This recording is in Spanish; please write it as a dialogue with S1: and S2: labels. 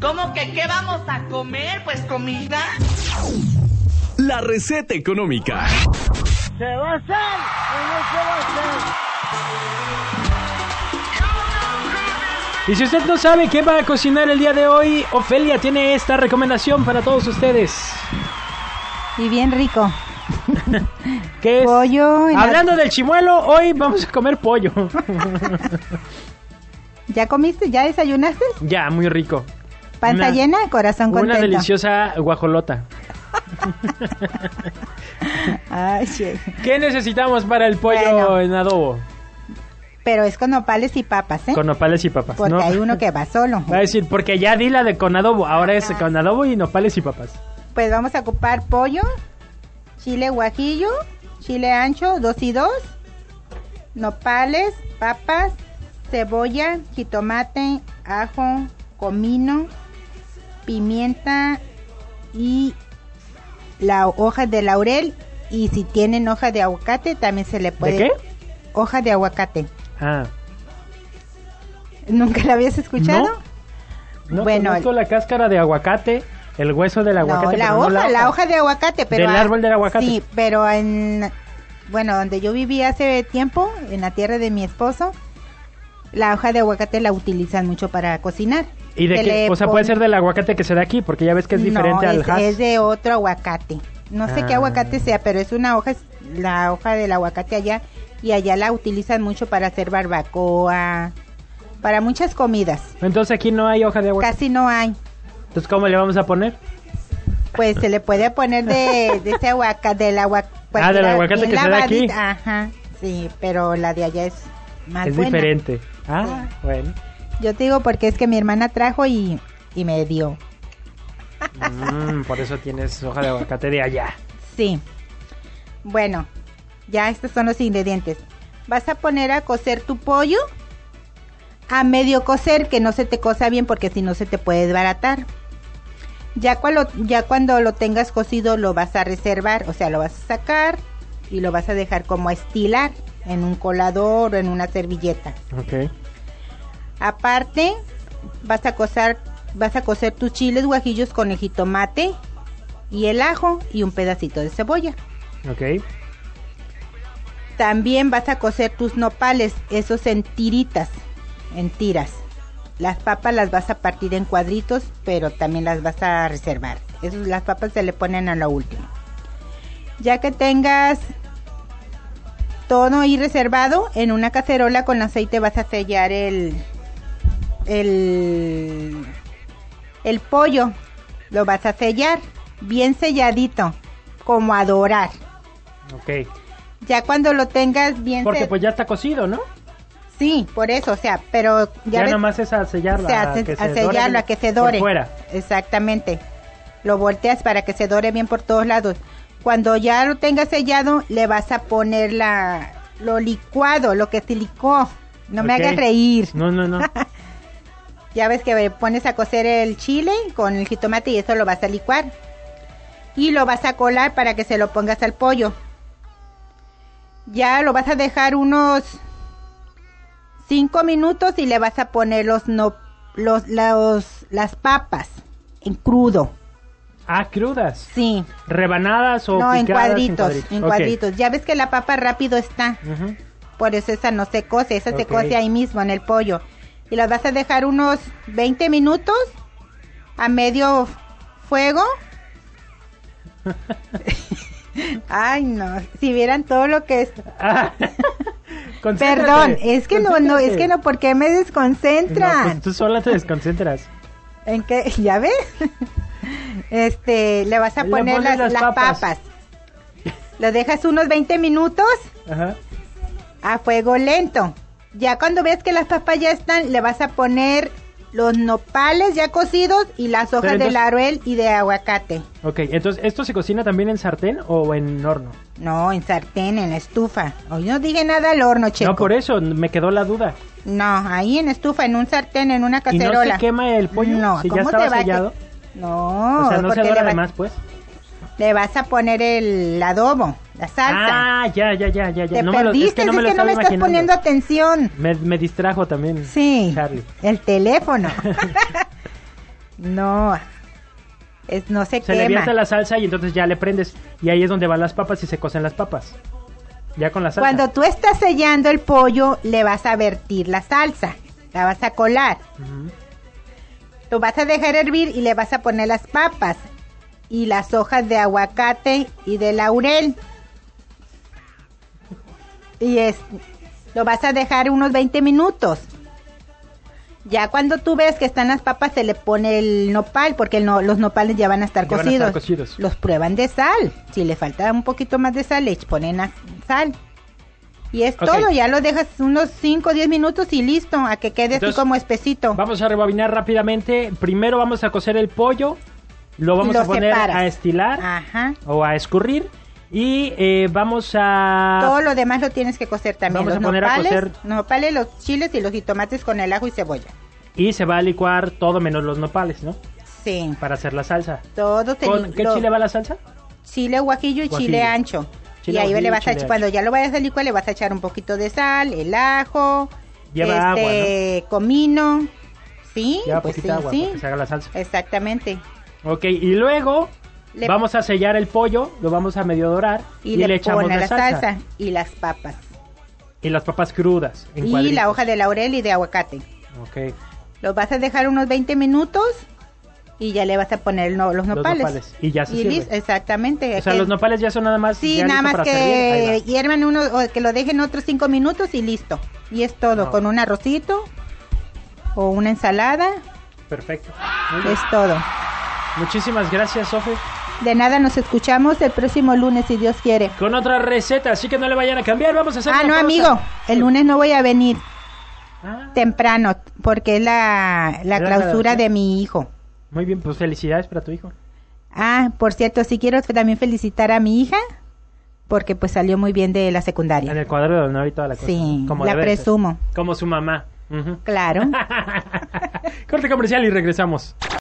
S1: ¿Cómo que qué vamos a comer? Pues comida.
S2: La receta económica.
S3: ¿Se va a hacer o no se va a hacer?
S4: Y si usted no sabe qué va a cocinar el día de hoy, Ofelia tiene esta recomendación para todos ustedes.
S5: Y bien rico.
S4: ¿Qué es?
S5: Pollo. en la-
S4: Hablando del chimuelo, hoy vamos a comer pollo.
S5: ¿Ya comiste? ¿Ya desayunaste?
S4: ya, muy rico.
S5: Panza
S4: Una-
S5: llena, corazón
S4: Una
S5: contento.
S4: deliciosa guajolota.
S5: Ay, sí.
S4: ¿Qué necesitamos para el pollo
S5: Bueno.
S4: en adobo?
S5: Pero es con nopales y papas, ¿eh?
S4: Con nopales y papas.
S5: Porque
S4: ¿no?
S5: hay uno que va solo.
S4: Va a decir, porque ya di la de con adobo, ahora es con adobo y nopales y papas.
S5: Pues vamos a ocupar pollo, chile guajillo, chile ancho, dos y dos, nopales, papas, cebolla, jitomate, ajo, comino, pimienta y la hoja de laurel. Y si tienen hoja de aguacate, también se le puede.
S4: ¿De qué?
S5: Hoja de aguacate.
S4: Ah,
S5: ¿Nunca la habías escuchado?
S4: no
S5: Bueno,
S4: conozco
S5: el-
S4: la cáscara de aguacate, el hueso del aguacate.
S5: no, la
S4: pero
S5: hoja, la hoja de aguacate, pero
S4: Del
S5: ah,
S4: árbol del aguacate.
S5: Sí, pero en bueno, donde yo viví hace tiempo, en la tierra de mi esposo, la hoja de aguacate la utilizan mucho para cocinar.
S4: ¿Y de
S5: Se
S4: qué?
S5: le
S4: O sea, puede
S5: pon-
S4: ser del aguacate que se da aquí, porque ya ves que es
S5: No,
S4: diferente al
S5: es,
S4: Hass.
S5: es de otro aguacate. No sé qué
S4: Ah.
S5: aguacate sea, pero es una hoja, es la hoja del aguacate allá y allá la utilizan mucho para hacer barbacoa, para muchas comidas.
S4: Entonces aquí no hay hoja de aguacate.
S5: Casi no hay.
S4: Entonces, ¿cómo le vamos a poner?
S5: Pues se le puede poner de, de ese aguacate, del pues, aguacate.
S4: Ah, del aguacate que se da aquí.
S5: Ajá, sí, pero la de allá es más
S4: es
S5: buena.
S4: diferente. Ah, bueno.
S5: Yo te digo porque es que mi hermana trajo y, y me dio.
S4: Mm, por eso tienes hoja de aguacate de allá.
S5: Sí. Bueno, ya estos son los ingredientes. Vas a poner a cocer tu pollo a medio cocer, que no se te cosa bien porque si no se te puede desbaratar. Ya cuando, ya cuando lo tengas cocido lo vas a reservar, o sea, lo vas a sacar y lo vas a dejar como a estilar en un colador o en una servilleta.
S4: Ok.
S5: Aparte, vas a cocer, vas a cocer tus chiles guajillos con el jitomate y el ajo y un pedacito de cebolla.
S4: Ok.
S5: También vas a cocer tus nopales, esos en tiritas, en tiras. Las papas las vas a partir en cuadritos, pero también las vas a reservar. Esos, las papas se le ponen a lo último. Ya que tengas todo ahí reservado, en una cacerola con aceite vas a sellar el, el, el pollo. Lo vas a sellar bien selladito, como a dorar.
S4: Ok.
S5: Ya cuando lo tengas bien
S4: Porque
S5: se-
S4: pues ya está cocido, ¿no?
S5: Sí, por eso, o sea, pero ya,
S4: Ya,
S5: ves-
S4: nomás es a sellarlo.
S5: o sea,
S4: a,
S5: se-
S4: que se
S5: a
S4: dore
S5: sellarlo,
S4: bien
S5: a que se dore.
S4: Por fuera.
S5: Exactamente. Lo volteas para que se dore bien por todos lados. Cuando ya lo tengas sellado, le vas a poner la lo licuado, lo que se licó. No me
S4: Ok.
S5: hagas reír.
S4: No, no, no.
S5: Ya ves que eh, pones a cocer el chile con el jitomate y eso lo vas a licuar. Y lo vas a colar para que se lo pongas al pollo. Ya lo vas a dejar unos 5 minutos y le vas a poner los no los, los- las papas en crudo.
S4: Ah, crudas.
S5: Sí.
S4: Rebanadas o
S5: no, en
S4: picadas,
S5: cuadritos, en
S4: Ok.
S5: cuadritos. Ya ves que la papa rápido está.
S4: Ujú.
S5: Por eso esa no se cose, esa se
S4: Ok.
S5: cose ahí mismo en el pollo. Y las vas a dejar unos 20 minutos a medio fuego. Ay, no, si vieran todo lo que es.
S4: Ah. Concéntrate,
S5: Perdón, es que no, no, es
S4: concéntrate.
S5: que no, ¿por qué me desconcentran?
S4: No, pues tú sola te desconcentras.
S5: ¿En qué? ¿Ya ves? Este, le vas a
S4: Le
S5: poner
S4: pones las
S5: las, las
S4: papas.
S5: papas. Lo dejas unos 20 minutos
S4: Ajá.
S5: a fuego lento. Ya cuando ves que las papas ya están, le vas a poner los nopales ya cocidos y las hojas
S4: entonces-
S5: de laurel y de aguacate.
S4: Ok, entonces, ¿esto se cocina también en sartén o en horno?
S5: No, en sartén, en la estufa. Hoy no dije nada al horno, checo.
S4: No, por eso me quedó la duda.
S5: No, ahí en estufa, en un sartén, en una
S4: ¿Y no
S5: cacerola.
S4: se quema el pollo
S5: No,
S4: si ya
S5: ¿cómo
S4: estaba
S5: te va a que-
S4: sellado?
S5: No,
S4: o sea, no se
S5: porque
S4: adora
S5: le,
S4: de
S5: va-
S4: más, pues.
S5: le vas a poner el adobo, la salsa.
S4: Ah, ya, ya, ya, ya. ya.
S5: Te
S4: no me lo,
S5: perdiste,
S4: es que no me, lo estaba
S5: estás
S4: imaginando.
S5: poniendo atención.
S4: Me, me distrajo también.
S5: Sí,
S4: Charlie.
S5: el teléfono. No. Es, no se,
S4: Se le
S5: quema.
S4: vierte la salsa y entonces ya le prendes. Y ahí es donde van las papas y se cocen las papas. Ya con la salsa.
S5: Cuando tú estás sellando el pollo, le vas a vertir la salsa. La vas a colar.
S4: Ujú.
S5: Lo vas a dejar hervir y le vas a poner las papas y las hojas de aguacate y de laurel. Y es, lo vas a dejar unos 20 minutos. Ya cuando tú ves que están las papas, se le pone el nopal, porque el no- los nopales ya van a estar
S4: Ya van a
S5: cocidos.
S4: estar cocidos.
S5: Los prueban de sal. Si le falta un poquito más de sal, le ponen a- sal. Y es
S4: Ok.
S5: todo, ya lo dejas unos 5 o 10 minutos y listo, a que quede
S4: Entonces,
S5: así como espesito.
S4: Vamos a rebobinar rápidamente. Primero vamos a cocer el pollo. Lo vamos
S5: Lo
S4: a poner
S5: separas. Ah.
S4: a estilar
S5: Ajá.
S4: o a escurrir. Y eh, vamos a.
S5: Todo lo demás lo tienes que cocer también.
S4: Ah. Vamos
S5: los
S4: a poner a
S5: nopales,
S4: cocer.
S5: nopales, los chiles y los jitomates con el ajo y cebolla.
S4: Y se va a licuar todo menos los nopales, ¿no?
S5: Sí.
S4: Para hacer la salsa.
S5: Todo te
S4: ¿Con qué
S5: lo-
S4: chile va la salsa?
S5: Chile guajillo y chile
S4: Guajillo.
S5: ancho.
S4: Chile
S5: y ahí
S4: guajillo
S5: le
S4: y
S5: vas a
S4: chile
S5: echar,
S4: ancho.
S5: cuando ya lo vayas a licuar, le vas a echar un poquito de sal, el ajo,
S4: Lleva
S5: este, comino. Sí,
S4: Lleva
S5: pues sí,
S4: poquita agua
S5: sí.
S4: para que se haga la salsa.
S5: Exactamente.
S4: Ok, y luego
S5: Le-
S4: vamos a sellar el pollo, lo vamos a medio dorar
S5: Y, le,
S4: echamos
S5: pone
S4: la, salsa.
S5: y las papas.
S4: Y las papas crudas. En
S5: Y
S4: cuadritos.
S5: la hoja de laurel y de aguacate.
S4: Ok,
S5: Los vas a dejar unos 20 minutos y ya le vas a poner no- los
S4: Los
S5: nopales.
S4: nopales. Y ya se sirve.
S5: lis- Exactamente.
S4: O sea,
S5: Que-
S4: los nopales ya son nada más.
S5: Sí,
S4: ya listo
S5: nada más
S4: para servir. Ahí va.
S5: que hiervan uno, o que lo dejen otros 5 minutos y listo. Y es todo,
S4: No.
S5: con un arrocito o una ensalada,
S4: Perfecto. Muy bien.
S5: es todo.
S4: Muchísimas gracias, Sofi.
S5: De nada, nos escuchamos el próximo lunes, si Dios quiere.
S4: Con otra receta, así que no le vayan a cambiar. Vamos a hacer.
S5: Ah,
S4: una
S5: no,
S4: pausa.
S5: amigo, el lunes no voy a venir
S4: Ah,
S5: temprano porque es la, la
S4: ¿Era la
S5: clausura
S4: graduación?
S5: de mi hijo.
S4: muy bien, pues felicidades para tu hijo.
S5: Ah, por cierto, sí quiero también felicitar a mi hija porque pues salió muy bien de la
S4: En
S5: secundaria.
S4: el cuadro de honor y toda la cosa.
S5: Sí,
S4: Como
S5: la
S4: debe de ser.
S5: presumo.
S4: Como su mamá. Ujú.
S5: Claro.
S4: Corte comercial y regresamos.